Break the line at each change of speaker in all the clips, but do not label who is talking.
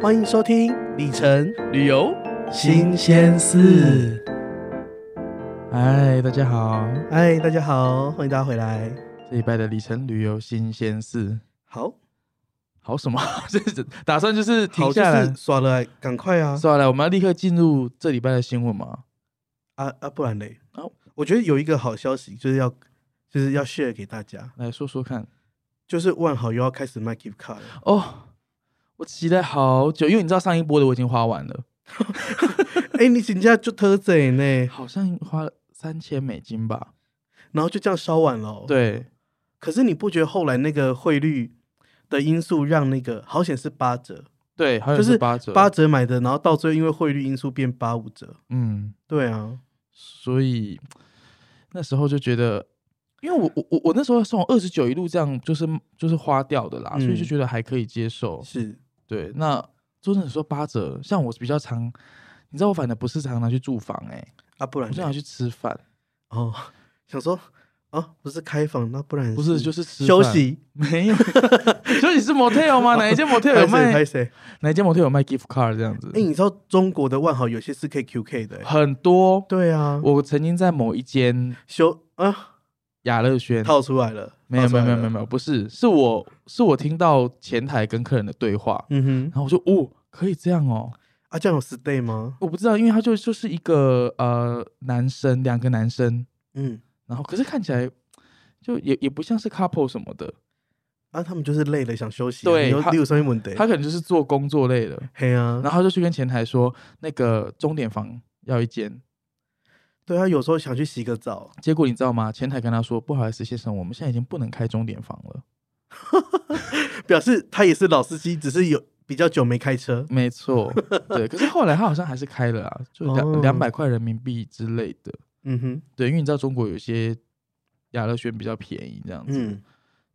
欢迎收听李晨
旅游
新鲜事。
嗨，哎大家好，
嗨，大家好，欢迎大家回来。
这一拜的里程旅游新鲜事，
好，
好什么？ 就是打算就是停
好，就
下来，
是耍了，赶快啊！
算了，我们要立刻进入这礼拜的新闻嘛。
啊啊，不然嘞
好，
我觉得有一个好消息就是要就是要 share 给大家，
来说说看
就是万豪又要开始卖 gift card 了。
哦，我期待好久，因为你知道上一波的我已经花完了，
哎、你请假就偷贼呢，
好像花了三千美金吧。
然后就这样烧完了、，哦
对，
可是你不觉得后来那个汇率的因素让那个好险是八折，
对，好像
就是
是八折，
八，折买的，然后到最后因为汇率因素变八五折。
嗯，
对啊，
所以那时候就觉得，因为我我我我那时候从二十九一路这样就是就是花掉的啦，所以
嗯
就觉得还可以接受。
是
对，那真的说八折，像我比较常，你知道我反正不是常拿去住房、欸，哎，
啊，不然
我是
嘞
拿去吃饭，
哦，想说啊，不是开房，那不然
不是就是吃
休
饭，
息
没有 休息是 motel 吗？哪 一间 motel
拍谁
有
拍
卖？
谁？
哪一间 motel 有卖 gift card 这样子
哎、？你知道中国的万豪有些是可以 QK 的、欸，
很多，
对啊，
我曾经在某一间
休啊
雅乐轩，
套出来了，
没有
套出
没
来了
有没有没有没有，不是，是我是我听到前台跟客人的对话，
嗯哼，
然后我说哦，可以这样哦，
啊，这样有 stay 吗？
我不知道，因为他就就是一个呃男生，两个男生，
嗯，
然后可是看起来就也也不像是 couple 什么的，
啊，他们就是累了想休息啊，
对
有
他
你有上面问的，
他可能就是做工作类的，
嘿啊
然，后他就去跟前台说那个钟点房要一间，
对啊，有时候想去洗个澡，
结果你知道吗？前台跟他说不好意思先生，我们现在已经不能开钟点房了。
表示他也是老司机，只是有比较久没开车，
没 错，对，可是后来他好像还是开了啊，就
哦
两两百块人民币之类的，
嗯哼，
对，因为你知道中国有些雅乐轩比较便宜这样子，
嗯，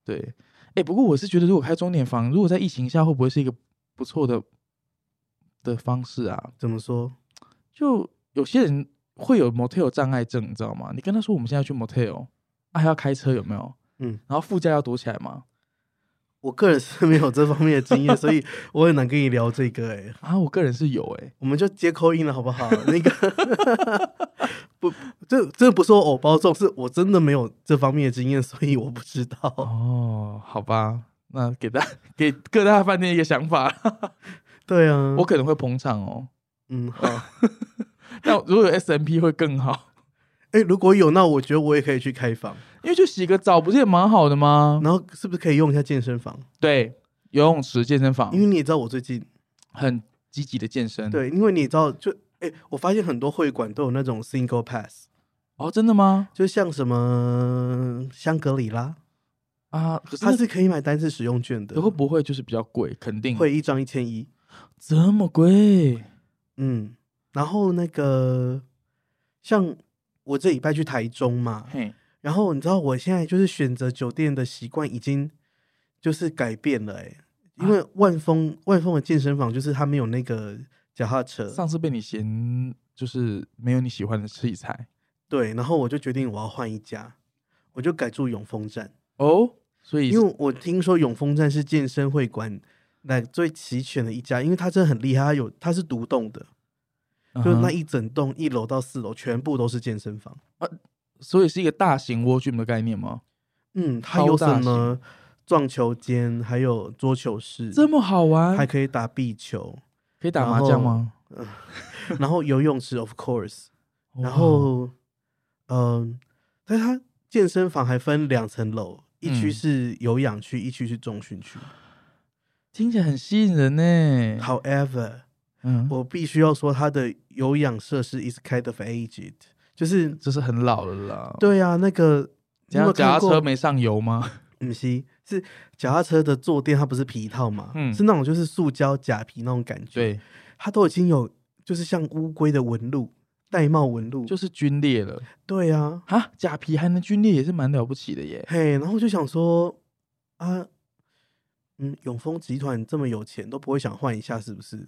对，哎，不过我是觉得，如果开钟点房，如果在疫情下，会不会是一个不错的的方式啊？
怎么说？
就有些人会有 motel 障碍症，你知道吗？你跟他说我们现在去 motel，啊，还要开车有没有？
嗯，
然后副驾要躲起来吗？
我个人是没有这方面的经验，所以我很难跟你聊这个、欸，
啊，我个人是有哎、
我们就接扣音了，好不好？ 那个不，这这不是我偶包重，是我真的没有这方面的经验，所以我不知 道。
哦，好吧，那给大给各大饭店一个想法，
嗯对啊，
我可能会捧场哦。
嗯好，
但如果有 S M P 会更好，
哎、如果有，那我觉得我也可以去开房，
因为就洗个澡不是也蛮好的吗？
然后是不是可以用一下健身房？
对，游泳池、健身房
因为你也知道我最近
很积极的健身。
对，因为你也知道就哎、我发现很多会馆都有那种 single pass，
哦，真的吗？
就像什么香格里拉，
啊，可是
它
那
是可以买单次使用券的
可，会不会就是比较贵？肯定
会一张一千一。
这么贵
嗯，然后那个像我这礼拜去台中嘛，
嘿，
然后你知道我现在就是选择酒店的习惯已经就是改变了、欸，因
啊
为万丰万丰的健身房就是它没有那个脚踏车，
上次被你嫌就是没有你喜欢的器材
对，然后我就决定我要换一家，我就改住永丰站，
哦，所以
因为我听说永丰站是健身会馆。那最齐全的一家，因为它真的很厉害，它有它是独栋的，
嗯
就
哼
那一整栋一楼到四楼全部都是健身房。
所以是一个大型 w o r gym 的概念吗？
嗯，它
超
有
大
什么撞球间，还有桌球室，
这么好玩，
还可以打壁球，
可以打麻将吗？
然后游泳池，of course，然
哇
后嗯，但是它健身房还分两层楼，一区
嗯
是有氧区，一区是重训区。
听起来很吸引人呢。，
However，
嗯，
我必须要说，它的有氧设施 is kind of aged，就是
这是很老了啦。，
对啊，那个你有没
这样
有
脚踏
看
哦车
过？
没上油吗？
不是，是脚踏车的坐垫，它不是皮套嘛，
嗯
是那种就是塑胶假皮那种感觉。
对，
它都已经有就是像乌龟的纹路、玳瑁纹路，
就是皲裂了
对啊，
哈，假皮还能皲裂也是蛮了不起的耶。
嘿，然后我就想说啊，嗯，永丰集团这么有钱都不会想换一下是不是？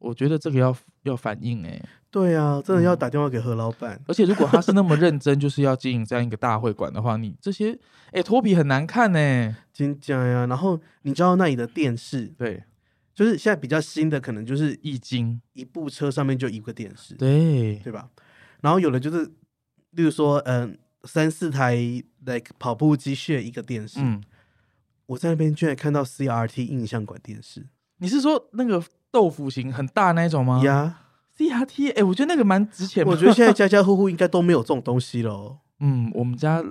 我觉得这个要要反应哎。
对啊，真的要
嗯
打电话给何老板，
而且如果他是那么认真，就是要经营这样一个大会馆的话，你这些欸哎脱皮很难看呢。
啊金家呀。然后你知道那里的电视
对，
就是现在比较新的，可能就是
易经，
一部车上面就一个电视，
对，
对吧？然后有的就是，例如说，嗯、三四台 like 跑步机械一个电视，
嗯，
我在那边居然看到 CRT 印象馆电视
你是说那个豆腐型很大那一种吗
呀！
？CRT，哎、我觉得那个蛮值钱的。
我觉得现在家家户户应该都没有这种东西了哦。
嗯，我们家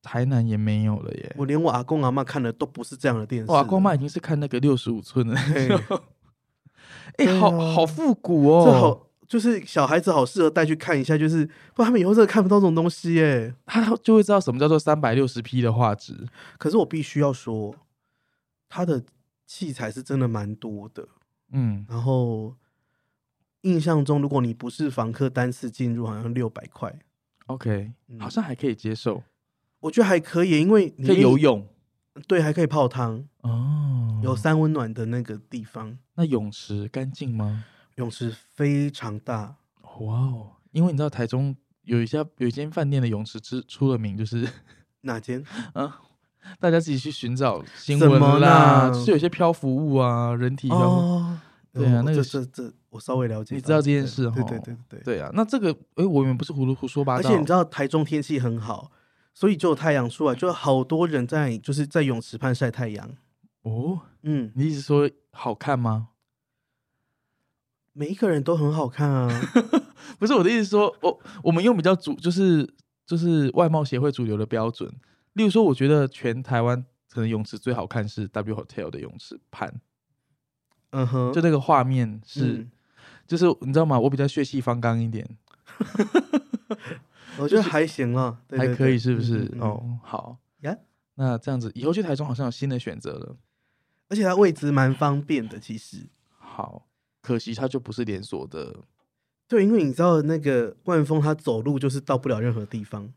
台南也没有了耶。
我连我阿公阿妈看的都不是这样的电视，
哇，光妈已经是看那个六十五寸的那种。 哎、
对啊
好好复古哦，
这好，就是小孩子好适合带去看一下，就是不然他们以后真的看不到这种东西耶。
他就会知道什么叫做三百六十 P 的画质。
可是我必须要说，它的器材是真的蛮多的。
嗯，
然后印象中，如果你不是房客单次进入，好像六百块，
OK，
嗯
好像还可以接受，
我觉得还可以，因为你
可以游，泳
对，还可以泡汤，
哦。
有三温暖的那个地方，
那泳池干净吗？
泳池非常大，
哇哦，因为你知道台中有一家有一间饭店的泳池之出了名，就是
哪间？
大家自己去寻找新
怎么
闻啦，
啦
就是有些漂浮物啊，人体漂浮物。
哦，
对啊
我
那
这
个
这这，我稍微了解，
你知道这件事
对
齁
对对对对。
对啊，那这个哎、诶我们不是胡胡说八
而
道，
且你知道台中天气很好，所以就有太阳出来，就好多人在就是在泳池畔晒太阳。
哦，
嗯，
你一直说好看吗？
每一个人都很好看啊。
不是我的意思说，我我们用比较主就是就是外貌协会主流的标准，例如说，我觉得全台湾可能泳池最好看是 W Hotel 的泳池畔，
嗯哼，
就那个画面是、
嗯
就是你知道吗？我比较血气方刚一点，
我觉得还行了，对
还可以是不是？，
对对嗯嗯嗯
哦，好
呀
那这样子以后去台中好像有新的选择了。
而且它位置蛮方便的，其实。
好，可惜它就不是连锁的，
对，因为你知道那个万丰，它走路就是到不了任何地方。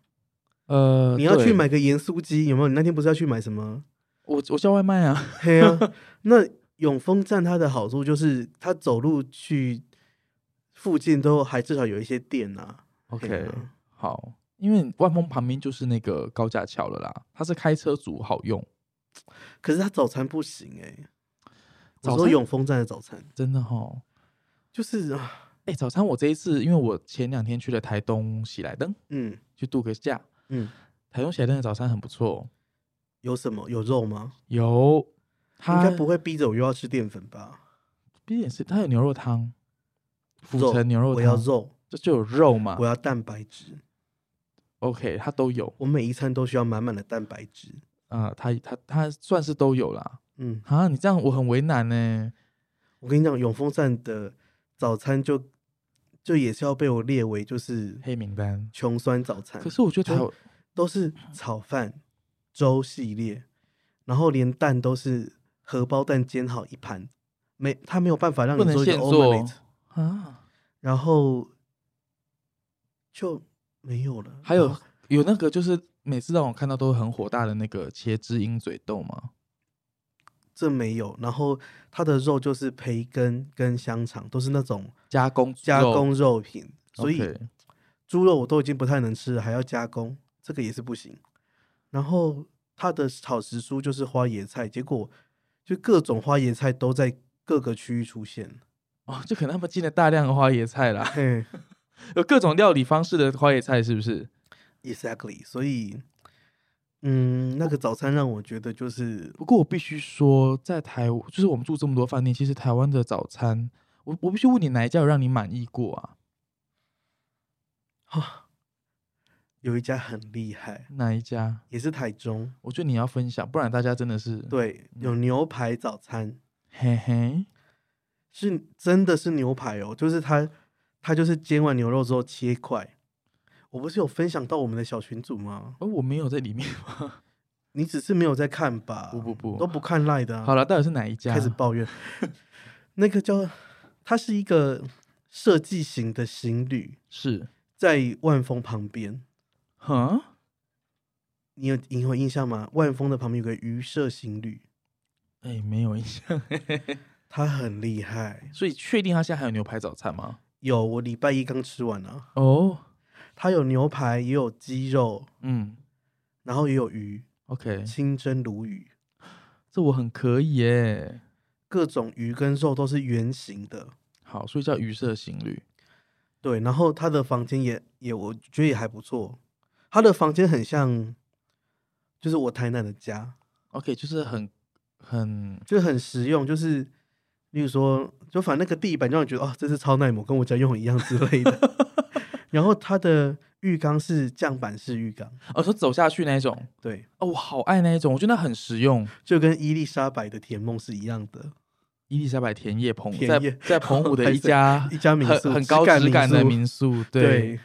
呃，
你要
对
去，买个盐酥鸡，有没有？你那天不是要去买什么？
我我叫外卖啊，
嘿啊，那永丰站它的好处就是，它走路去附近都还至少有一些店啊。嘿
OK，
啊
好，因为万丰旁边就是那个高架桥了啦，它是开车族好用，
可是它早餐不行哎、
早
我
餐
说永丰站的早餐
真的哈。
就是，啊
哎、早餐我这一次，因为我前两天去了台东喜来登
嗯
去度个假，
嗯，
台东喜来登的早餐很不错，
有什么有肉吗？
有
应
它
该不会逼着我又要吃淀粉吧？
毕竟是它有牛肉汤，
肉
府城牛肉
我要
汤，
肉，
这就有肉嘛
我要蛋白质，
，OK，它都有，
我每一餐都需要满满的蛋白质。
啊，它它它算是都有啦。
嗯，
啊，你这样我很为难呢、
我跟你讲，永丰站的早餐就就也是要被我列为就是
黑名单。
穷酸早餐
可，是我觉得台
就都是
嗯
炒饭、粥系列，然后连蛋都是荷包蛋煎好一盘，没他没有办法让
不
你
能
做一个
现做
omelette，
啊，
然后就没有了。
还有
然后
有那个就是每次让我看到都很火大的那个茄汁鹰嘴豆嘛，
这没有，然后它的肉就是培根跟香肠，都是那种
加工
加
肉
工肉品，所
OK
以猪肉我都已经不太能吃了，还要加工，这个也是不行。然后它的炒时蔬就是花椰菜，结果就各种花椰菜都在各个区域出现。
哦，就可能他们进了大量的花椰菜啦，
嘿
有各种料理方式的花椰菜，是不是？
，exactly，所以，嗯，那个早餐让我觉得就是
不过我必须说，在台就是我们住这么多饭店，其实台湾的早餐，我我必须问你哪一家有让你满意过啊？
有一家很厉害，
哪一家？
也是台中，
我觉得你要分享，不然大家真的是
对，有牛排早餐，
嘿嘿，
是真的是牛排哦，就是它，它就是煎完牛肉之后切块。我不是有分享到我们的小群组吗？
哦，我没有在里面吗？
你只是没有在看吧？
不不不
都不看赖的、啊。
好了，到底是哪一家？
开始抱怨。 那个叫它是一个设计型的行旅，
是，
在万丰旁边，
哼，
你有你有印象吗？万丰的旁边有个鱼舍行旅，
哎、没有印象。
它很厉害。
所以确定他现在还有牛排早餐吗？
有我礼拜一刚吃完啊，
哦，
它有牛排，也有鸡肉，
嗯
然后也有鱼，
，OK，
清蒸鲈鱼。
这我很可以耶。
各种鱼跟肉都是圆形的，
好，所以叫鱼舍行旅。
对，然后他的房间也也，我觉得也还不错。他的房间很像，就是我台南的家，
OK，就是很很
就很实用。就是，例如说，就反正那个地板就让你觉得哦，这是超耐磨，跟我家用的一样之类的。 然后它的浴缸是降板式浴缸，
哦，说走下去那一种
对，
哦，我好爱那一种，我觉得那很实用。
就跟伊丽莎白的甜梦是一样的，
伊丽莎白田野澎湖
田
在
野
在澎湖的
还
一
是
家
一家民
很
宿，
很高质感的
宿。
民宿，对
对，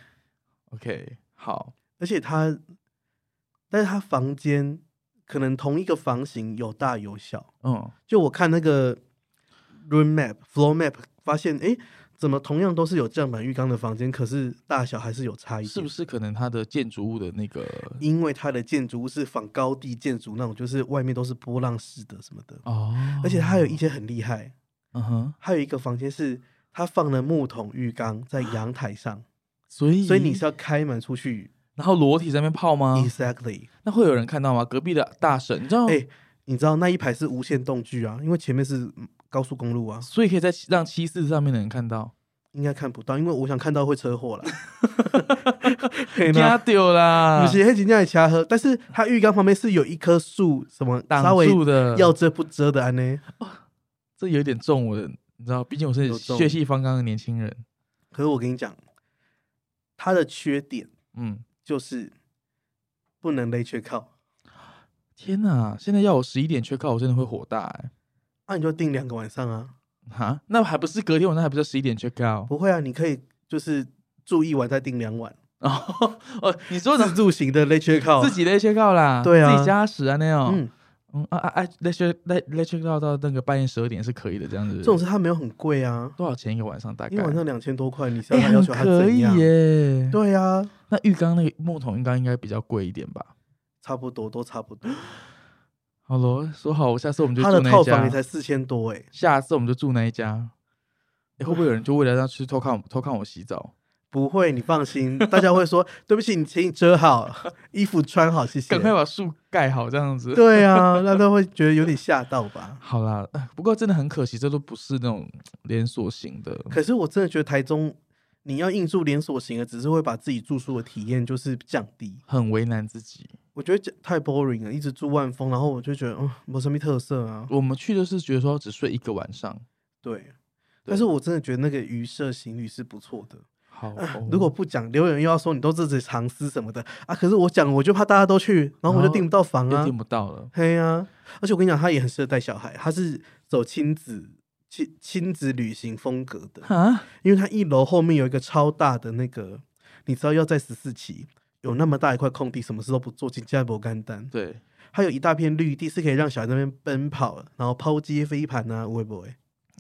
o k 好，
而且它，但是它房间可能同一个房型有大有小，
嗯，
就我看那个 room map、floor map，发现诶，怎么同样都是有降板浴缸的房间，可是大小还是有差异？
是不
是？
是可能它的建筑物的那个
因为它的建筑物是仿高地建筑那种，就是外面都是波浪式的什么的，
哦，
而且它还有一些很厉害，
嗯哼，
还有一个房间是它放了木桶浴缸在阳台上，
所以
所以你是要开门出去。
然后裸体在那边泡吗？
Exactly，
那会有人看到吗？隔壁的大婶，你知道，
哎、你知道那一排是无线动距啊，因为前面是嗯高速公路啊，
所以可以在让七四上面的人看到，
应该看不到，因为我想看到会车祸了。 嘿呐
压丢啦
不，是黑金酱也瞎喝，但是它浴缸旁边是有一棵树，什么稍
挡
微
住的，
要遮不遮的安啊呢？
这有点中我的，你知道，毕竟我是
有中
血气方刚的年轻人，
可是我跟你讲，它的缺点
嗯，
就是不能勒缺靠，
天哪，现在要我十一点缺课，我真的会火大哎、
那、啊你就定两个晚上啊。
哈，那还不是隔天晚上还不是十一点 check out？
不会啊，你可以就是住一晚再定两晚，
哦哦，你说的
自助型的勒缺靠
自。己的 check out 啦，
哦对啊
自己加时啊那样。嗯
嗯，
啊啊啊，那 check 那那 check out 到那个半夜十二点是可以的，这样子。
这种事它没有很贵啊，
多少钱一个晚上？大概
一晚上两千多块，你是
哎、
要
很
要求它
可
怎
以
样？
耶。
对啊，
那浴缸那个木桶浴缸应该比较贵一点吧？
差不多都差不多。
好咯，说好，下次我们就
它
住
的
那
套
一
房也
家。
才四千多哎、
下次我们就住那一家。哎，会不会有人就为了要去偷看我偷看我洗澡，
不会，你放 心，大家会说对不起，你请你遮好，衣服穿好，谢谢
赶。快把树盖好这样子？
对啊，那都会觉得有点吓到吧。
好啦，哎不过真的很可惜，这都不是那种连锁型的。
可是我真的觉得台中，你要硬住连锁型的，只是会把自己住宿的体验就是降低。
很为难自己。
我觉得这太 boring 了，一直住万丰，然后我就觉得嗯，没什么特色啊。
我们去就是觉得说只睡一个晚上，
对，但是我真的觉得那个鱼舍行旅是不错的。
好、
啊
哦
如果不讲，留言又要说你都自己藏私什么的啊。可是我讲，我就怕大家都去，然后我
然
就
后
订不到房
又
啊。
听不到了，
嘿啊，而且我跟你讲，他也很适合带小孩，他是走亲子亲亲子旅行风格的，
啊，
因为他一楼后面有一个超大的那个，你知道要在十四期有那么大一块空地，什么事都不做，请加博干单，
对，
还有一大片绿地是可以让小孩在那边奔跑，然后抛接飞盘啊，会不会？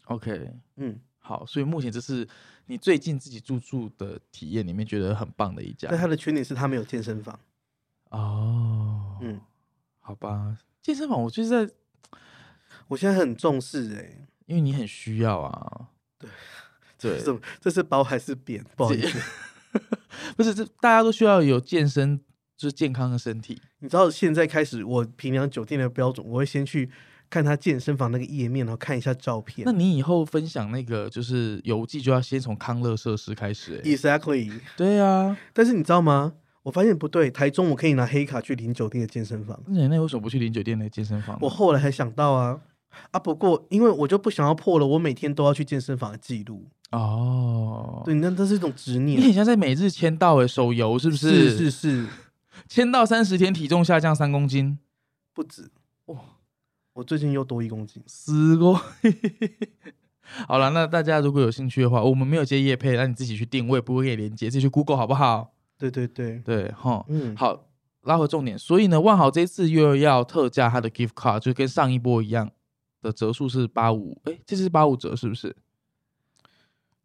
OK，
嗯，
好，所以目前这是你最近自己住宿的体验里面觉得很棒的一家
但他的缺点是他没有健身房，
哦，
嗯，
好吧，健身房我就是在，
我现在很重视哎、
因为你很需要啊，对
这，这是包还是扁？不好意思，
不是这大家都需要有健身，就是健康的身体，
你知道现在开始，我平量酒店的标准，我会先去看他健身房那个页面，然后看一下照片
那。你以后分享那个就是游记就要先从康乐设施开始、欸，
Exactly，
对啊，
但是你知道吗？我发现不对，台中我可以拿黑卡去领酒店的健身房。
那你那为什么不去零酒店的健身房呢？
我后来还想到啊啊，不过因为我就不想要破了我每天都要去健身房的记录，
哦，
对，那这是一种执
你
念，
很像在每日签到诶，手游是不
是
是？
是是，
签到三十天，体重下降三公斤，
不止
哇
我最近又多一公斤，
死过。 好了，那大家如果有兴趣的话，我们没有接叶配，那你自己去定位，不会给连接，自己去 Google 好不好？
对对对，
对，哈，
嗯，
好，拉回重点。所以呢，万豪这次又要特价它的 gift card，就跟上一波一样的折数是八五，哎，这次是八五折是不是？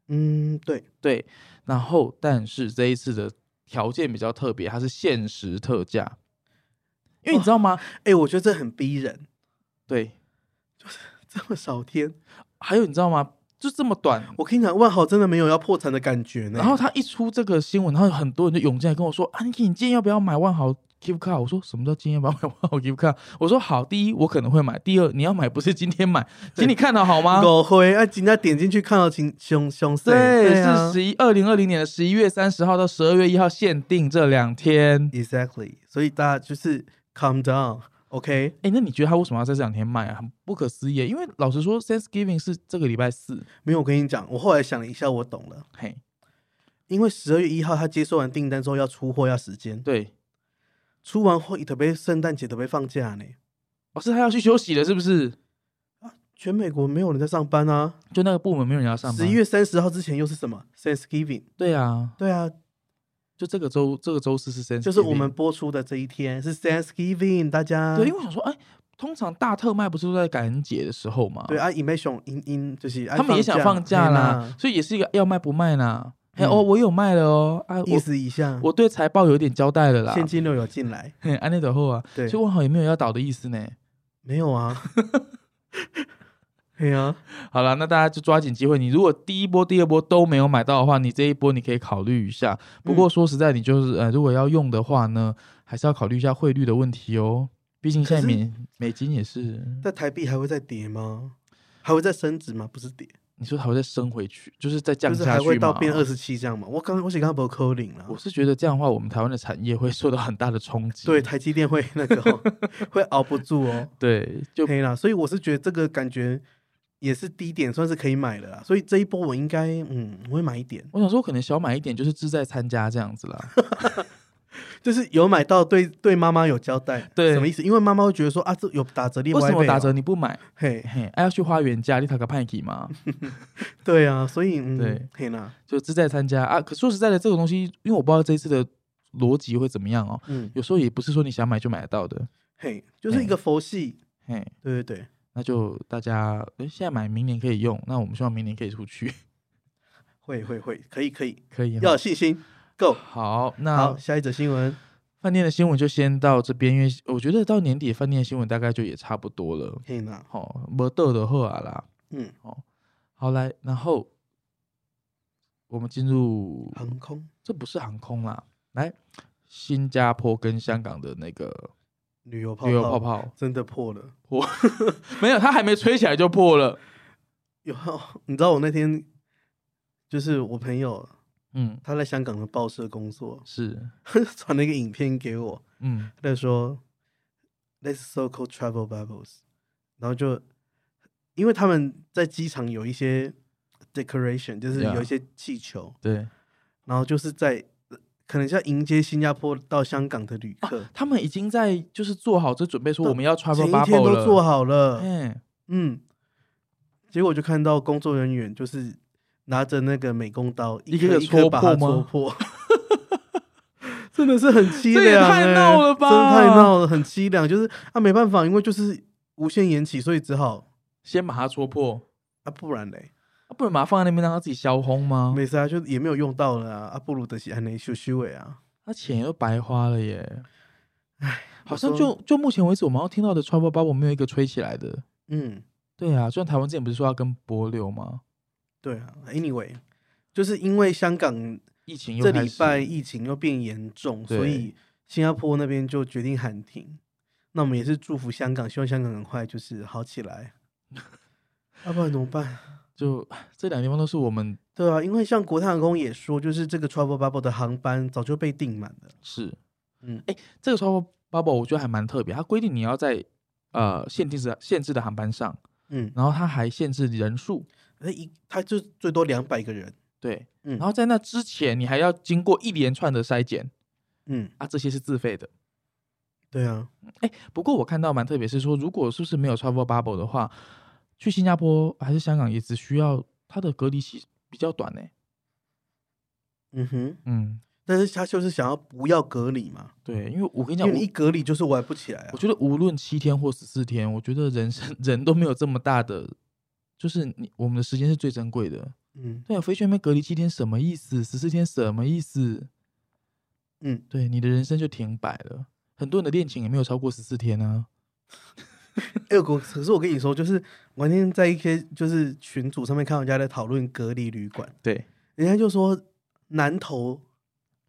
嗯，对，
对，然后但是这一次的条件比较特别，它是限时特价，因为你知道吗？
哎、我觉得这很逼人，
对，
这么少天，
还有你知道吗？就这么短，
我跟你讲，万豪真的没有要破产的感觉呢。
然后他一出这个新闻，然后很多人就涌进来跟我说：“啊，你你建议要不要买万豪 gift card，我说什么叫今天把我买完 gift card？我说好，第一我可能会买，第二你要买不是今 天买，请你看到好吗？
狗灰啊，人家点进去看到情凶凶色，
对，
啊
是十一二零二零年的十一月三十号到十二月一号限定这两天。
，exactly。所以大家就是 calm down，OK？、
哎，那你觉得他为什么要在这两天卖啊？很不可思议耶，因为老实说，Thanksgiving 是这个礼拜四，
没有，我跟你讲，我后来想了一下，我懂了，
嘿，
因为十二月一号他接收完订单之后要出货要时间，
对，
出完货特别圣诞节特别放假呢，
哦，是他要去休息了，是不是？
全美国没有人在上班啊。
就那个部门没有人要上班。
十一月三十号之前又是什么 Thanksgiving？
对啊，
对啊，
就这个周这个周四是 Thanksgiving，
就是我们播出的这一天是 Thanksgiving，大家
对，因为我想说，哎，通常大特卖不是都在感恩节的时候嘛？
对，啊，imagine 因因就是啊
他们也想放假啦，，所以也是一个要卖不卖啦。哎、哦，我有卖了哦，啊，
嗯嘿啦意
我
思一下，
我对财报有点交代了啦。
现金流有进来，
嘿，安内的后啊，
对
所以问好有没有要倒的意思呢？
没有 啊？对啊，
好了，那大家就抓紧机会。你如果第一波、第二波都没有买到的话，你这一波你可以考虑一下。不
嗯
过说实在，你就是呃，如果要用的话呢，还是要考虑一下汇率的问题哦。毕竟现在
可是
美美金也是，
那台币还会再跌吗？还会再升值吗？不是跌，
你说还会再升回去，就是再降
就是
下
还
去
会到
嘛？
变二十七这样吗？我刚我写刚刚不是 coding 了
我，是觉得这样的话，我们台湾的产业会受到很大的冲击。
对，台积电会那个哦、会熬不住哦，
对，就
可以啦。所以我是觉得这个感觉也是低点，算是可以买了啦。所以这一波我应该嗯，我会买一点，
我想说，可能小买一点，就是志在参加这样子 啦。
就是有买到对对妈妈有交代，
对
什么意思？因为妈妈会觉得说啊，这有打折，你
为
不
什
爱
么
买哦
打折？你不买？
嘿，
嘿，哎、要去花园家，你讨个派给 嘛？
对啊，所以嗯，
对，
嘿啦，
就志在参加啊。可说实在的，这种东西，因为我不知道这一次的逻辑会怎么样哦。
嗯，哎
有时候也不是说你想买就买得到的。
嘿，就是一个佛系，
嘿，
对对对，
那就大家哎，现在买，明年可以用。那我们希望明年可以出去，
会会会，可以可以，
可以
要
哈。
有信心，Go。
好，那
好，下一则新闻，
饭店的新闻就先到这边，因为我觉得到年底饭店的新闻大概就也差不多了。
嘿啦，
好、没得的喝啊啦。
嗯，
好来，然后我们进入，
航空
这不是航空啦，来新加坡跟香港的那个
旅游泡
旅游
泡
泡泡
真的破了。
破，没有，它还没吹起来就破了。
有， 你知道我那天就是我朋友
嗯，
他在香港的报社工作，
是，
传了一个影片给我，
嗯，
他就说 t h i s so called travel bubbles，然后就因为他们在机场有一些 decoration，就是
Yeah
有一些气球
对，
然后就是在呃可能是要迎接新加坡到香港的旅客，
他们已经在就是做好这准啊备，说
到
我们要 travel
前一天
bubble
都做
了。
好了，
嗯，
嗯，结果就看到工作人员就是拿着那个美工刀，一
一个
颗
个
一颗
戳
把它
破
戳
吗
破， 真的是很凄
这也
凉、欸，
太闹了吧
真的太闹了，很凄凉。就是啊，没办法，因为就是无限延期，所以只好
先把它戳破，
啊，不然嘞，
啊不能把它放在那边让它自己消轰吗？
没事啊，就也没有用到了啊，啊不如的是安内修修诶啊，
那钱都白花了耶。唉，好像
我
就
说
就目前为止，我们要听到的 travel bubble 没有一个吹起来的。
嗯，
对啊，就像台湾之前不是说要跟博流吗？
对啊，anyway，就是因为香港
疫情又
这
开
礼
始
拜疫情又变严重，所
对
以新加坡那边就决定喊停。那我们也是祝福香港，希望香港很快就是好起来，要、不然怎么办？
就这两个地方都是我们
对啊，因为像国泰航空也说，就是这个 Travel Bubble 的航班早就被订满了。
是，
嗯，
哎，这个 travel bubble 我觉得还蛮特别，它规定你要在呃限定的限制的航班上，
嗯，
然后它还限制人数，
那一他就最多两百个人。
对，
嗯
然后在那之前你还要经过一连串的筛检
嗯，
啊，这些是自费的。
对啊，
哎，不过我看到蛮特别是说，如果是不是没有 travel bubble 的话，去新加坡还是香港也只需要它的隔离期比较短呢。
嗯哼，
嗯，
但是他就是想要不要隔离嘛，
对，因为我跟你
因
讲，
为
我
你一隔离就是玩不起来啊
我。觉得无论七天或十四天，我觉得人生 人都没有这么大的，就是你我们的时间是最珍贵的。
嗯
对啊，飞去那边隔离七天什么意思？十四天什么意思？
嗯，
对，你的人生就停摆了。很多人的恋情也没有超过十四天啊。
哎、我可是我跟你说，就是我那天在一些就是群组上面看到人家在讨论隔离旅馆，
对，
人家就说南投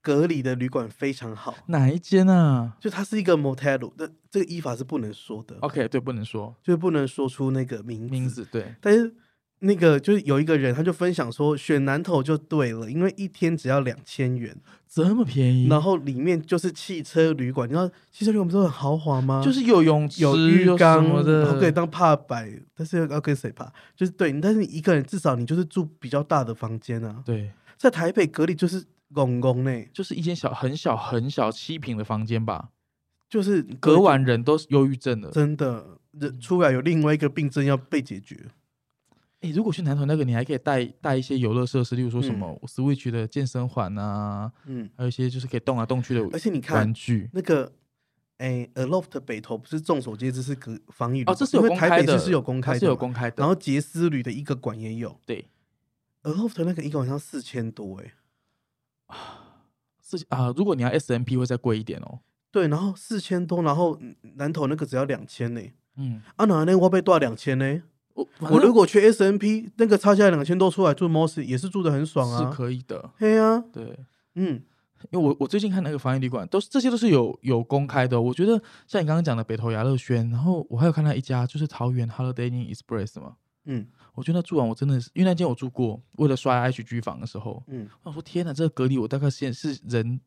隔离的旅馆非常好，
哪一间啊
就它是一个 motel，那这个依法是不能说的，
？OK，对，不能说
就是不能说出那个名字
哦名字，对，
但是那个就是有一个人，他就分享说选南投就对了，因为一天只要两千元，
这么便宜，
然后里面就是汽车旅馆。你知道汽车旅馆不是很豪华吗？
就是有泳池、
有浴啊缸
什么，
然后可以
的，
当怕摆，但是要跟谁怕？就是对，但是你一个人至少你就是住比较大的房间啊，
对，
在台北隔离就是拱拱呢，
就是一间小、很小、很小七平的房间吧，
就是
隔嗯完人都是忧郁症了。
真的。人出来有另外一个病症要被解决，
诶，如果去南投那个，你还可以带带一些游乐设施，例如说什么 Switch 的健身环啊，
嗯，
还有一些就是可以动来动去的
而且你看
玩具。
那个，哎、a l o f t 北投不是众所皆知是隔防疫旅
哦，这是
馆
有
因为
公
台
开
北
的，
市是有公开
它
的，
是有。公开的。
然后杰斯旅的一个馆也有
对，
，Aloft 那个一个晚上四千多哎、
是啊、如果你要 S M P 会再贵一点哦。
对，然后四千多，然后嗯南投那个只要两千呢，
嗯，
啊哪那我被多两千呢？
我
我如
果
果去 S N P 那个差价两千多出来住 Moss 也是住的很爽
是
啊，
可以的，
嘿啊，
对。
嗯，
因为我我最近看那个防疫旅馆，都是这些都是有有公开的哦、我觉得像你刚刚讲的北投雅乐轩，然后我还有看到一家就是桃园 Holiday Inn Express 嘛，
嗯
我觉得那住完我真的是，因为那间我住过，为了刷 H G 房的时候，
嗯，
我想说天哪，这个隔离我大概现在是人，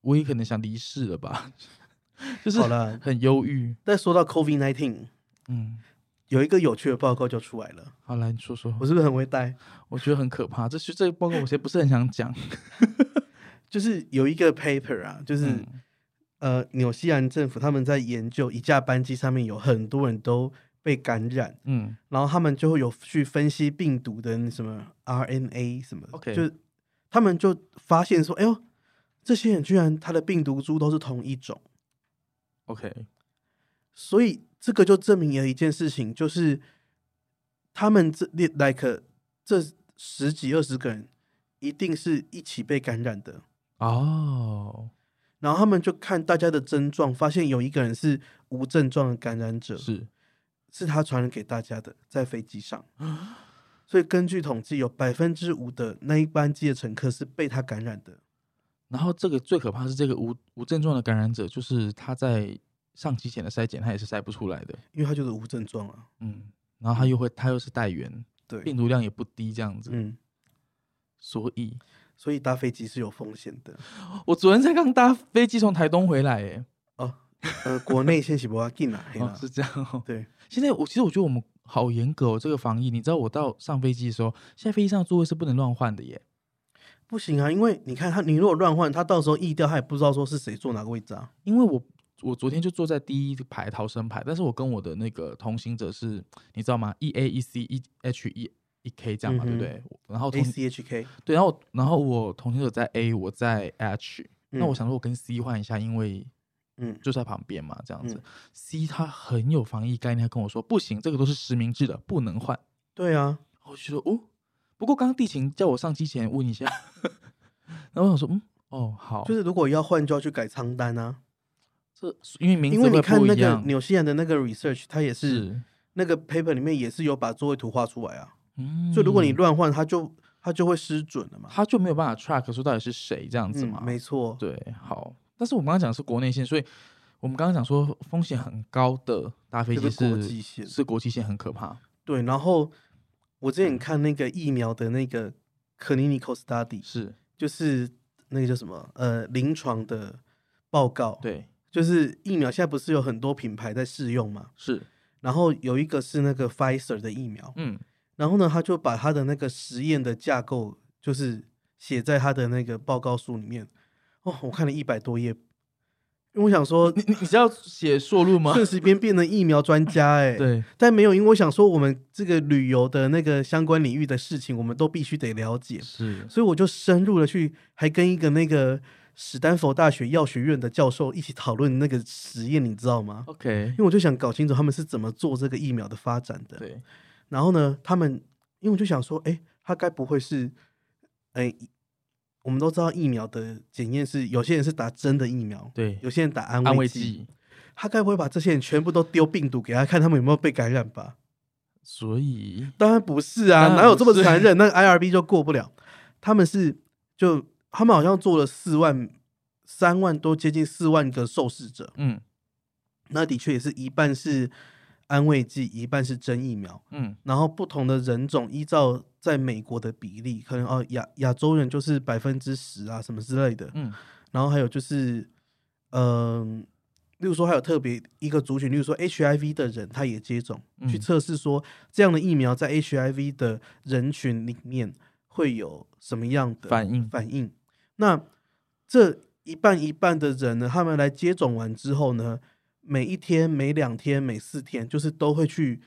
我也可能想离世了吧， 就是
好了。
很忧郁。
再说到 COVID nineteen，
嗯，
有一个有趣的报告就出来了，
好来你说说，
我是不是很会带？
我觉得很可怕，这是这个报告我其实不是很想讲，
就是有一个 paper 啊，就是、
嗯
呃纽西兰政府他们在研究一架班机上面有很多人都被感染，
嗯
然后他们就会有去分析病毒的什么 RNA 什么的
OK
就是他们就发现说，哎呦，这些人居然他的病毒株都是同一种，
，OK，
所以这个就证明了一件事情，就是他们这 like 这十几二十个人一定是一起被感染的，
哦，
然后他们就看大家的症状，发现有一个人是无症状的感染者，
是
是他传染给大家的，在飞机上。
啊
所以根据统计，有百分之五的那一班机的乘客是被他感染的。
然后这个最可怕是这个无无症状的感染者，就是他在上机前的筛检，他也是筛不出来的。
因为他就是无症状啊，
嗯，然后他又会他又是带源，
对，
病毒量也不低，这样子。
嗯，
所以
所以搭飞机是有风险的。
我昨天才刚搭飞机从台东回来，哎、
呃，国内先是不要进啊，嘿
哦
啦，
是这样、哦。
对，
现在我其实我觉得我们好严格哦，这个防疫。你知道我到上飞机的时候，现在飞机上的座位是不能乱换的耶。
不行啊，因为你看他，你如果乱换，他到时候疫掉，他也不知道说是谁坐哪个位置啊。
因为我我昨天就坐在第一排逃生牌，但是我跟我的那个同行者是，你知道吗？E A E C E H E E K 这样嘛，
嗯
对
哼
不对？然后
A
哦同
C H K，
对，然后然后我同行者在 A，我在 H，、那
嗯
我想说我跟 C 换一下，因为
嗯，
就在旁边嘛，这样子。
嗯
C 他很有防疫概念，他跟我说不行，这个都是实名制的，不能换。
对啊，
我就说哦，不过刚刚地勤叫我上机前问一下， 然后我想说嗯哦好，
就是如果要换就要去改仓单啊，
这因为名字
因为你
会
看
不
那
一
个
样，
纽西兰的那个 research，它也是
是
那个 paper 里面也是有把座位图画出来啊，
嗯，
所以如果你乱换，它就它就会失准了嘛。
他就没有办法 track 说到底是谁这样子嘛。
嗯，没错，
对，好。但是我们刚刚讲的是国内线，所以我们刚刚讲说风险很高的搭飞
这
机
个
是
国际线
是嗯国际线很可怕。
对。然后我之前看那个疫苗的那个 clinical study，
是
就是那个叫什么呃临床的报告，，
对，
就是疫苗现在不是有很多品牌在试用嘛，
是
然后有一个是那个 Pfizer 的疫苗，
嗯，
然后呢，他就把他的那个实验的架构，就是写在他的那个报告书里面。哦，我看了一百多页，因为我想说
你你是要写硕论吗？
瞬时间变成疫苗专家哎、
对，
但没有，因为我想说我们这个旅游的那个相关领域的事情，我们都必须得了解，
是
所以我就深入的去，还跟一个那个史丹佛大学药学院的教授一起讨论那个实验，你知道吗？
OK，
因为我就想搞清楚他们是怎么做这个疫苗的发展的。
对，
然后呢，他们因为我就想说，哎，他该不会是，哎，我们都知道疫苗的检验是有些人是打真的疫苗，
对
有些人打安
安慰
慰剂，
剂，
他该不会把这些人全部都丢病毒给他看，他们有没有被感染吧？
所以
当然不是啊，
当然
哪有这么
不是
残忍？那个 IRB 就过不了。他们是就他们好像做了四万、三万多，接近四万个受试者。
嗯
那的确也是一半是安慰剂，一半是真疫苗。
嗯
然后不同的人种依照在美国的比例，可能哦亚亚洲人就是百分之十啊什么之类的。
嗯
然后还有就是，嗯、例如说还有特别一个族群，例如说 HIV 的人，他也接种，
嗯
去测试说这样的疫苗在 HIV 的人群里面会有什么样的
反应
反应。那这一半一半的人呢，他们来接种完之后呢，每一天、每两天、每四天，就是都会去，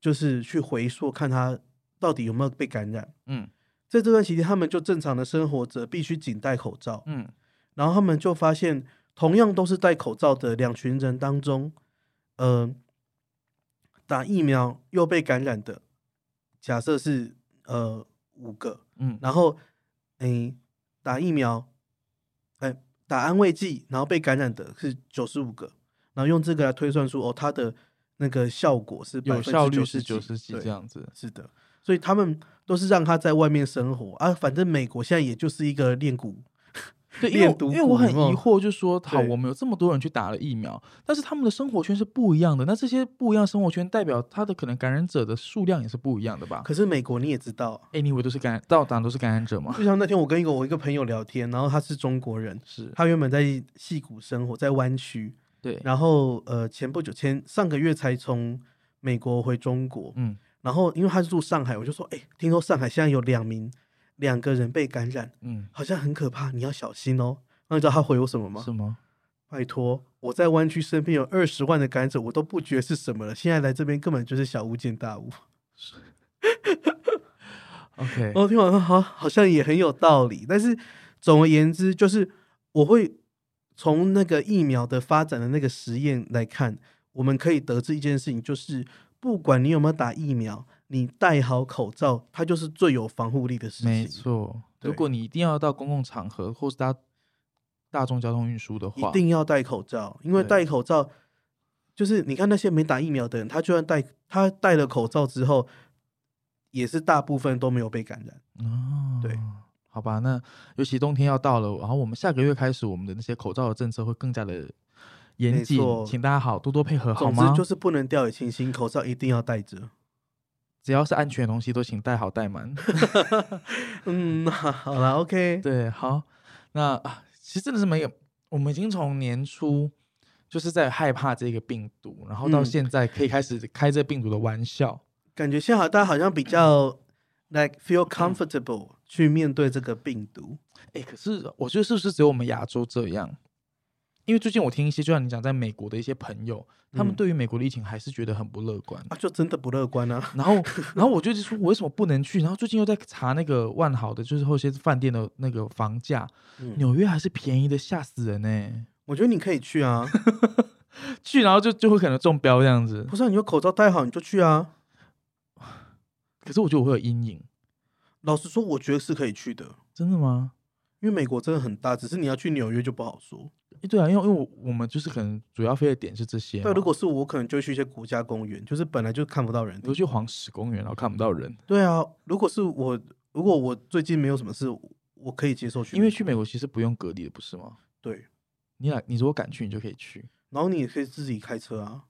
就是去回溯看他到底有没有被感染。
嗯
在这段期间，他们就正常的生活着，必须仅戴口罩。
嗯
然后他们就发现，同样都是戴口罩的两群人当中，呃，打疫苗又被感染的，假设是呃五个，
嗯
然后诶打疫苗，哎、打安慰剂，然后被感染的是九十五个，然后用这个来推算出哦，它的那个效果是
有效率是
90%
九十几
对
这样子。
是的，所以他们都是让他在外面生活啊。反正美国现在也就是一个练骨，
对，因为
练
我
毒
因为我
蛊
很
有没有
疑惑，就说好，
对
我们有这么多人去打了疫苗，但是他们的生活圈是不一样的。那这些不一样的生活圈，代表他的可能感染者的数量也是不一样的吧
可是美国你也知道，啊
？Anyway，都是感染，到哪都是感染者嘛。
就像那天我跟一个我一个朋友聊天，然后他是中国人，
是
他原本在戏谷生活，在湾区，
对，
然后呃前不久前上个月才从美国回中国，
嗯
然后因为他是住上海，我就说，哎、听说上海现在有两名两个人被感染，
嗯，
好像很可怕，你要小心哦。那你知道他回我什么吗？
什么？
拜托，我在湾区身边有二十万的感染者，我都不觉得是什么了。现在来这边根本就是小巫见大巫。
OK，
哦我听完说好，好像也很有道理。但是总而言之，就是我会从那个疫苗的发展的那个实验来看，我们可以得知一件事情，就是不管你有没有打疫苗，你戴好口罩，它就是最有防护力的事
没
情。
错。
对
如果你一定要到公共场合或是搭大众交通运输的
一
话，
定要戴口罩，因为
对
戴口罩就是你看那些没打疫苗的人，他就算戴他戴了口罩之后，也是大部分都没有被感染。
哦，
对，
好吧，那尤其冬天要到了，然后我们下个月开始，我们的那些口罩的政策会更加的严
没
谨
错，
请大家好多多配合，好
总
吗？
之就是不能掉以轻心，口罩一定要戴着。
只要是安全的东西都请戴好 戴满。
嗯， 好啦 o k
对，好，那啊，其实真的是没有，我们已经从年初就是在害怕这个病毒，然后到
嗯
现在可以开始开这病毒的玩笑。
感觉现在大家好像比较 like feel
嗯
comfortable 去面对这个病毒。
哎、可是我觉得是不是只有我们亚洲这样？因为最近我听一些，就像你讲，在美国的一些朋友，他们
嗯
对于美国的疫情还是觉得很不乐观。
啊，就真的不乐观啊！
然后，然后我就一直说，我为什么不能去？然后最近又在查那个万豪的，就是后些饭店的那个房价，
嗯
纽约还是便宜的，吓死人呢、
我觉得你可以去 啊，
去然后就就会可能中标这样子。
不是、啊、你有口罩戴好你就去啊。
可是我觉得我会有阴影，
老实说，我觉得是可以去的，
真的吗？
因为美国真的很大，只是你要去纽约就不好说。
诶对啊，因为因为我我们就是可能主要飞的点是这些嘛。
啊但如果是我，可能就会去一些国家公园，就是本来就看不到人
比。如去黄石公园，然后看不到人，
对啊，如果是我，如果我最近没有什么事，我可以接受去美国，
因为去美国其实不用隔离的，不是吗？
对，
你俩你如果敢去，你就可以去
然后你也可以自己开车啊。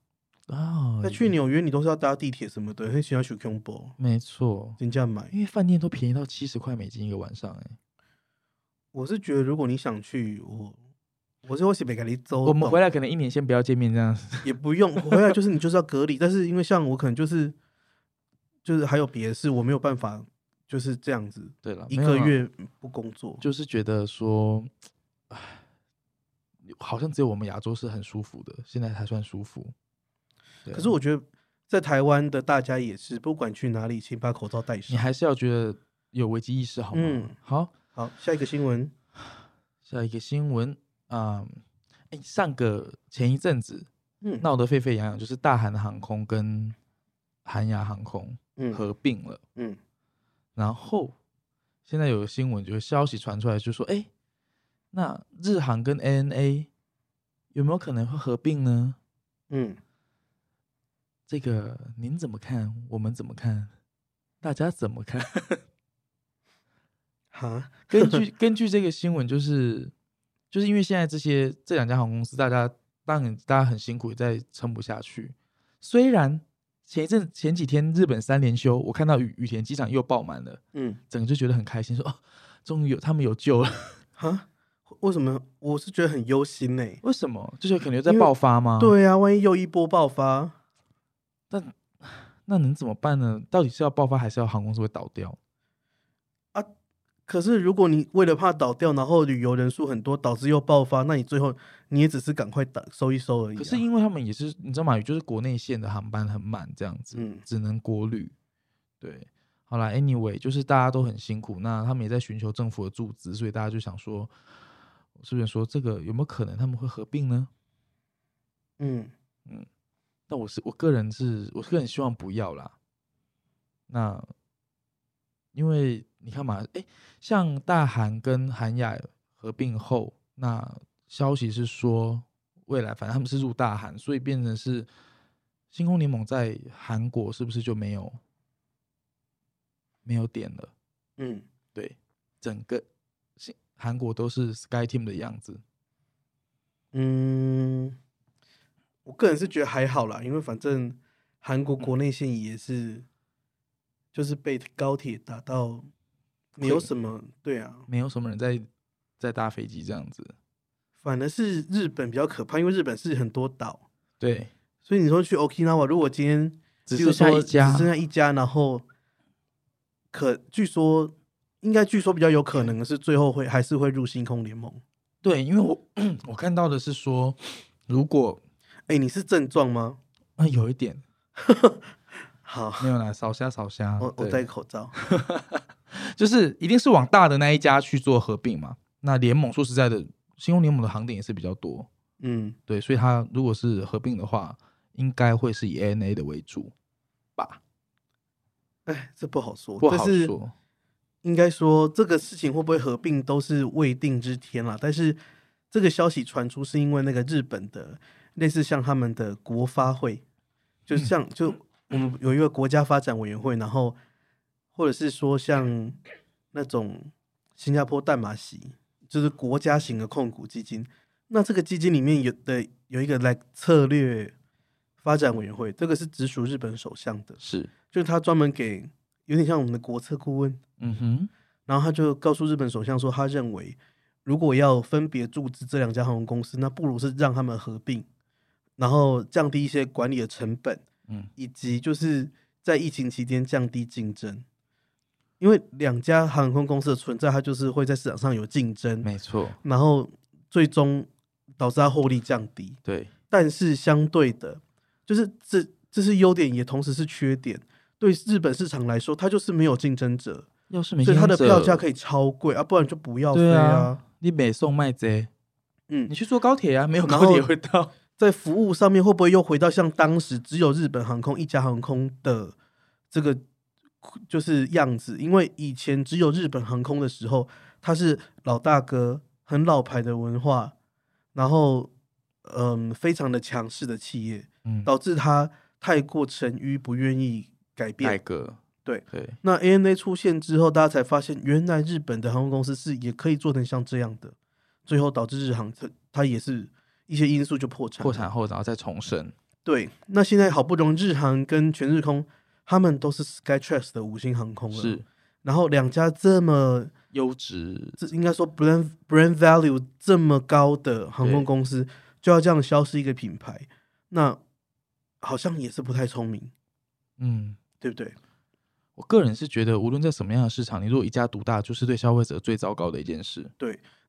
啊。
那去纽约你都是要搭地铁什么的，很喜欢去 c o m b o
没错，
人家买。
因为饭店都便宜到七十块美金一个晚上、欸诶
我是觉得如果你想去，我我是会写北给你走。
我们回来可能一年先不要见面这样 子。
也不用回来，就是你就是要隔离。但是因为像我可能就是就是还有别的事，我没有办法就是这样子
对了，
一
啊没有
个
啦
月不工作。
就是觉得说，唉，好像只有我们亚洲是很舒服的，现在还算舒服。对
可是我觉得在台湾的大家也是，不管去哪里，请把口罩戴
你
上。
还是要觉得有危机意识，好吗？
嗯
好，
好，下一个新闻，
下一个新闻啊，哎、上个前一阵子
嗯，
闹得沸沸扬扬，就是大韩航空跟韩亚航空
嗯
合并了，
嗯，
然后现在有个新闻，有消息传出来，就说，哎、那日航跟 ANA 有没有可能会合并呢？
嗯，
这个您怎么看？我们怎么看？大家怎么看？
哈，
根据根据这个新闻，就是就是因为现在这些这两家航空公司，大家当然大家很辛苦，在撑不下去。虽然前一阵前几天日本三连休，我看到羽羽田机场又爆满了，
嗯，
整个就觉得很开心，说哦，终于有他们有救了。
哈，为什么？我是觉得很忧心呢、
为什么？就是可能在
因为
爆发吗？，
对啊，万一又一波爆发，
那能怎么办呢？到底是要爆发，还是要航空公司会倒掉？
可是如果你为了怕倒掉，然后旅游人数很多，导致又爆发，那你最后你也只是赶快打收一收而已、啊。
可是因为他们也是，你知道吗？就是国内线的航班很满，这样子，
嗯
只能国旅。对，好啦 a n y w a y 就是大家都很辛苦，那他们也在寻求政府的注资，所以大家就想说，是不是说这个有没有可能他们会合并呢？
嗯，
但我是我个人是，我个人希望不要啦。那因为你看嘛，诶，像大韩跟韩亚合并后，那消息是说未来反正他们是入大韩，所以变成是星空联盟在韩国是不是就没有没有点了？
嗯，
对，整个星韩国都是 Sky Team 的样子。
嗯，我个人是觉得还好啦，因为反正韩国国内线也是，就是被高铁打到没有
溃
什么，对啊，
没有什么人在在搭飞机这样子。
反而是日本比较可怕，因为日本是很多岛，
对，
所以你说去 Okinawa，如果今天
只
比如
剩下
说
一家
只剩下一家，然后可据说应该据说比较有可能的是最后会还是会入星空联盟。
对，因为我我看到的是说，如果
哎、你是症状吗？
啊、有一点
好，
没有啦，少虾少虾，
我我
对
戴口罩。
就是一定是往大的那一家去做合并嘛。那联盟说实在的，新空联盟的航点也是比较多，
嗯，
对，所以它如果是合并的话，应该会是以 ANA 的为主吧，
哎，这不好说，
不好
但是
说。
应该说这个事情会不会合并都是未定之天啦。但是这个消息传出是因为那个日本的类似像他们的国发会，就
嗯
像、就我们有一个国家发展委员会，然后或者是说像那种新加坡淡马锡，就是国家型的控股基金。那这个基金里面有的有一个来策略发展委员会，这个是直属日本首相的，
是，
就是他专门给有点像我们的国策顾问。
嗯哼，
然后他就告诉日本首相说，他认为如果要分别注资这两家航空公司，那不如是让他们合并，然后降低一些管理的成本，
嗯，
以及就是在疫情期间降低竞争。因为两家航空公司的存在，它就是会在市场上有竞争，
没错，
然后最终导致它获利降低。
对，
但是相对的，就是这这是优点，也同时是缺点。对日本市场来说，它就是没有竞争者，
要是没
所以它的票价
以，
可以超贵啊，不然就不要飞
对
啊
啊。，你北送卖贼，
嗯
你，去坐高铁啊，没有
然
高铁
后
会到，
在服务上面会不会又回到像当时只有日本航空一家航空的这个就是样子？因为以前只有日本航空的时候，它是老大哥，很老牌的文化，然后嗯，非常的强势的企业，
嗯，
导致它太过沉郁，不愿意改变
改。革，
对
对，
那 ANA 出现之后，大家才发现，原来日本的航空公司是也可以做成像这样的，最后导致日航它它也是一些因素就破产。
破。产后然后再重生，
对，那现在好不容易日航跟全日空，他们都是 Skytrax 的五星航空了。
是。
然后两家这么，
优质，
这应该说 brand brand value 这么高的航空
对
公司，就要这样消失一个品牌，那好像也是不太聪明，
嗯，
对不对？
我个人是觉得，无论在什么样的市场，你如果一家独大，就是对消费者最糟糕的一件事。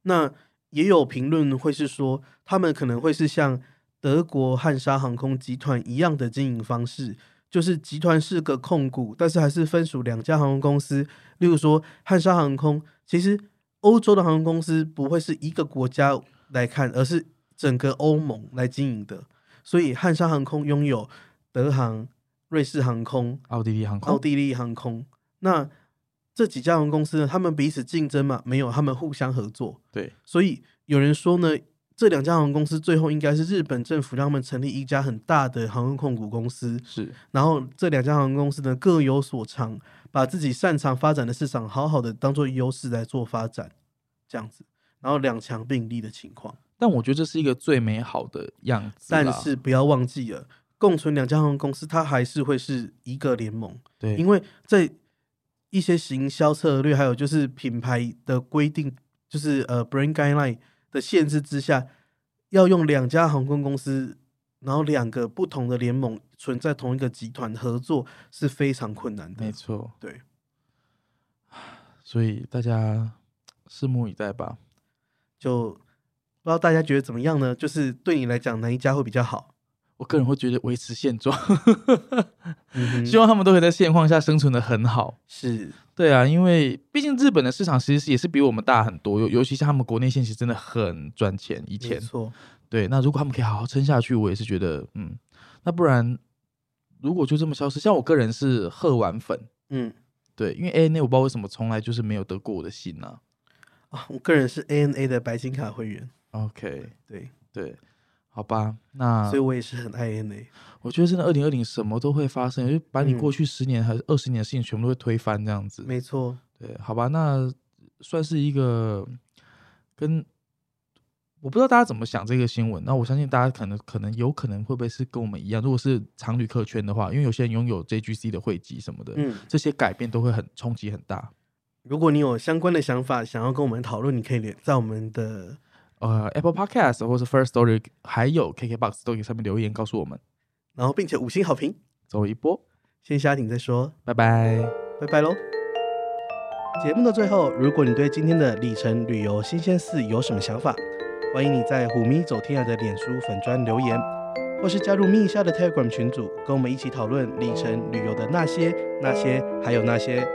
那也有评论会是说，他们可能会是像德国汉莎航空集团一样的经营方式，就是集团是个控股，但是还是分属两家航空公司。例如说，汉莎航空，其实欧洲的航空公司不会是一个国家来看，而是整个欧盟来经营的。所以，汉莎航空拥有德航、瑞士航空、
奥地利航空，
奥地利航空。那这几家航空公司呢，他们彼此竞争嘛？没有，他们互相合作。
对，
所以有人说呢，这两家航空公司最后应该是日本政府让他们成立一家很大的航空控股公司，
是
然后这两家航空公司呢各有所长，把自己擅长发展的市场好好的当做优势来做发展，这样子，然后两强并立的情况。
但我觉得这是一个最美好的样子啦。
但是不要忘记了，共存两家航空公司，它还是会是一个联盟，
对
因为在一些行销策略，还有就是品牌的规定，就是呃 brand guideline 的限制之下，要用两家航空公司，然后两个不同的联盟存在同一个集团合作是非常困难
没
的。
错，
对，
所以大家拭目以待吧。
就不知道大家觉得怎么样呢？就是对你来讲，哪一家会比较好？
我个人会觉得维持现状，
嗯
希
哼，
望他们都可以在现况下生存的很好。
是
对啊，因为毕竟日本的市场其实是也是比我们大很多，尤尤其像他们国内线其实真的很赚钱。以
没
前
错，
对，那如果他们可以好好撑下去，我也是觉得，嗯，那不然如果就这么消失，像我个人是喝完粉，
嗯
对，因为 A N A 我不知道为什么从来就是没有得过我的心呐、
啊，我个人是 ANA 的白金卡会员，
OK，
对，
对，好吧，那
所以我也是很爱 ANA。
我觉得真的二零二零什么都会发生，就把你
嗯
过去十年还是二十年的事情全部都会推翻这样子。
没错，
对，好吧，那算是一个跟我不知道大家怎么想这个新闻。那我相信大家可能可能有可能会不会是跟我们一样，如果是长旅客圈的话，因为有些人拥有 JGC 的会籍什么的，
嗯，
这些改变都会很冲击很大。
如果你有相关的想法想要跟我们讨论，你可以连在我们的
呃，Apple Podcast 或是 First Story 还有 KKBox 都可以上面留言告诉我们，
然后并且五星好评，
走一波，
先下停再说，
拜拜。
拜拜喽。节目的最后，如果你对今天的里程旅游新鲜事有什么想法，欢迎你在虎咪走天涯的脸书粉砖留言，或是加入咪一下的 Telegram 群组，跟我们一起讨论里程旅游的那些、那些，还有那些。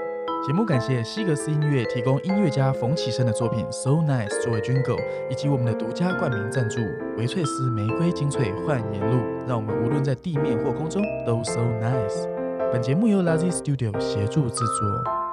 节目感谢西格斯音乐提供音乐家冯启生的作品《So Nice》作为 Jingle，以及我们的独家冠名赞助维翠丝玫瑰精粹焕颜露，让我们无论在地面或空中都 So Nice。本节目由 Lazy Studio 协助制作。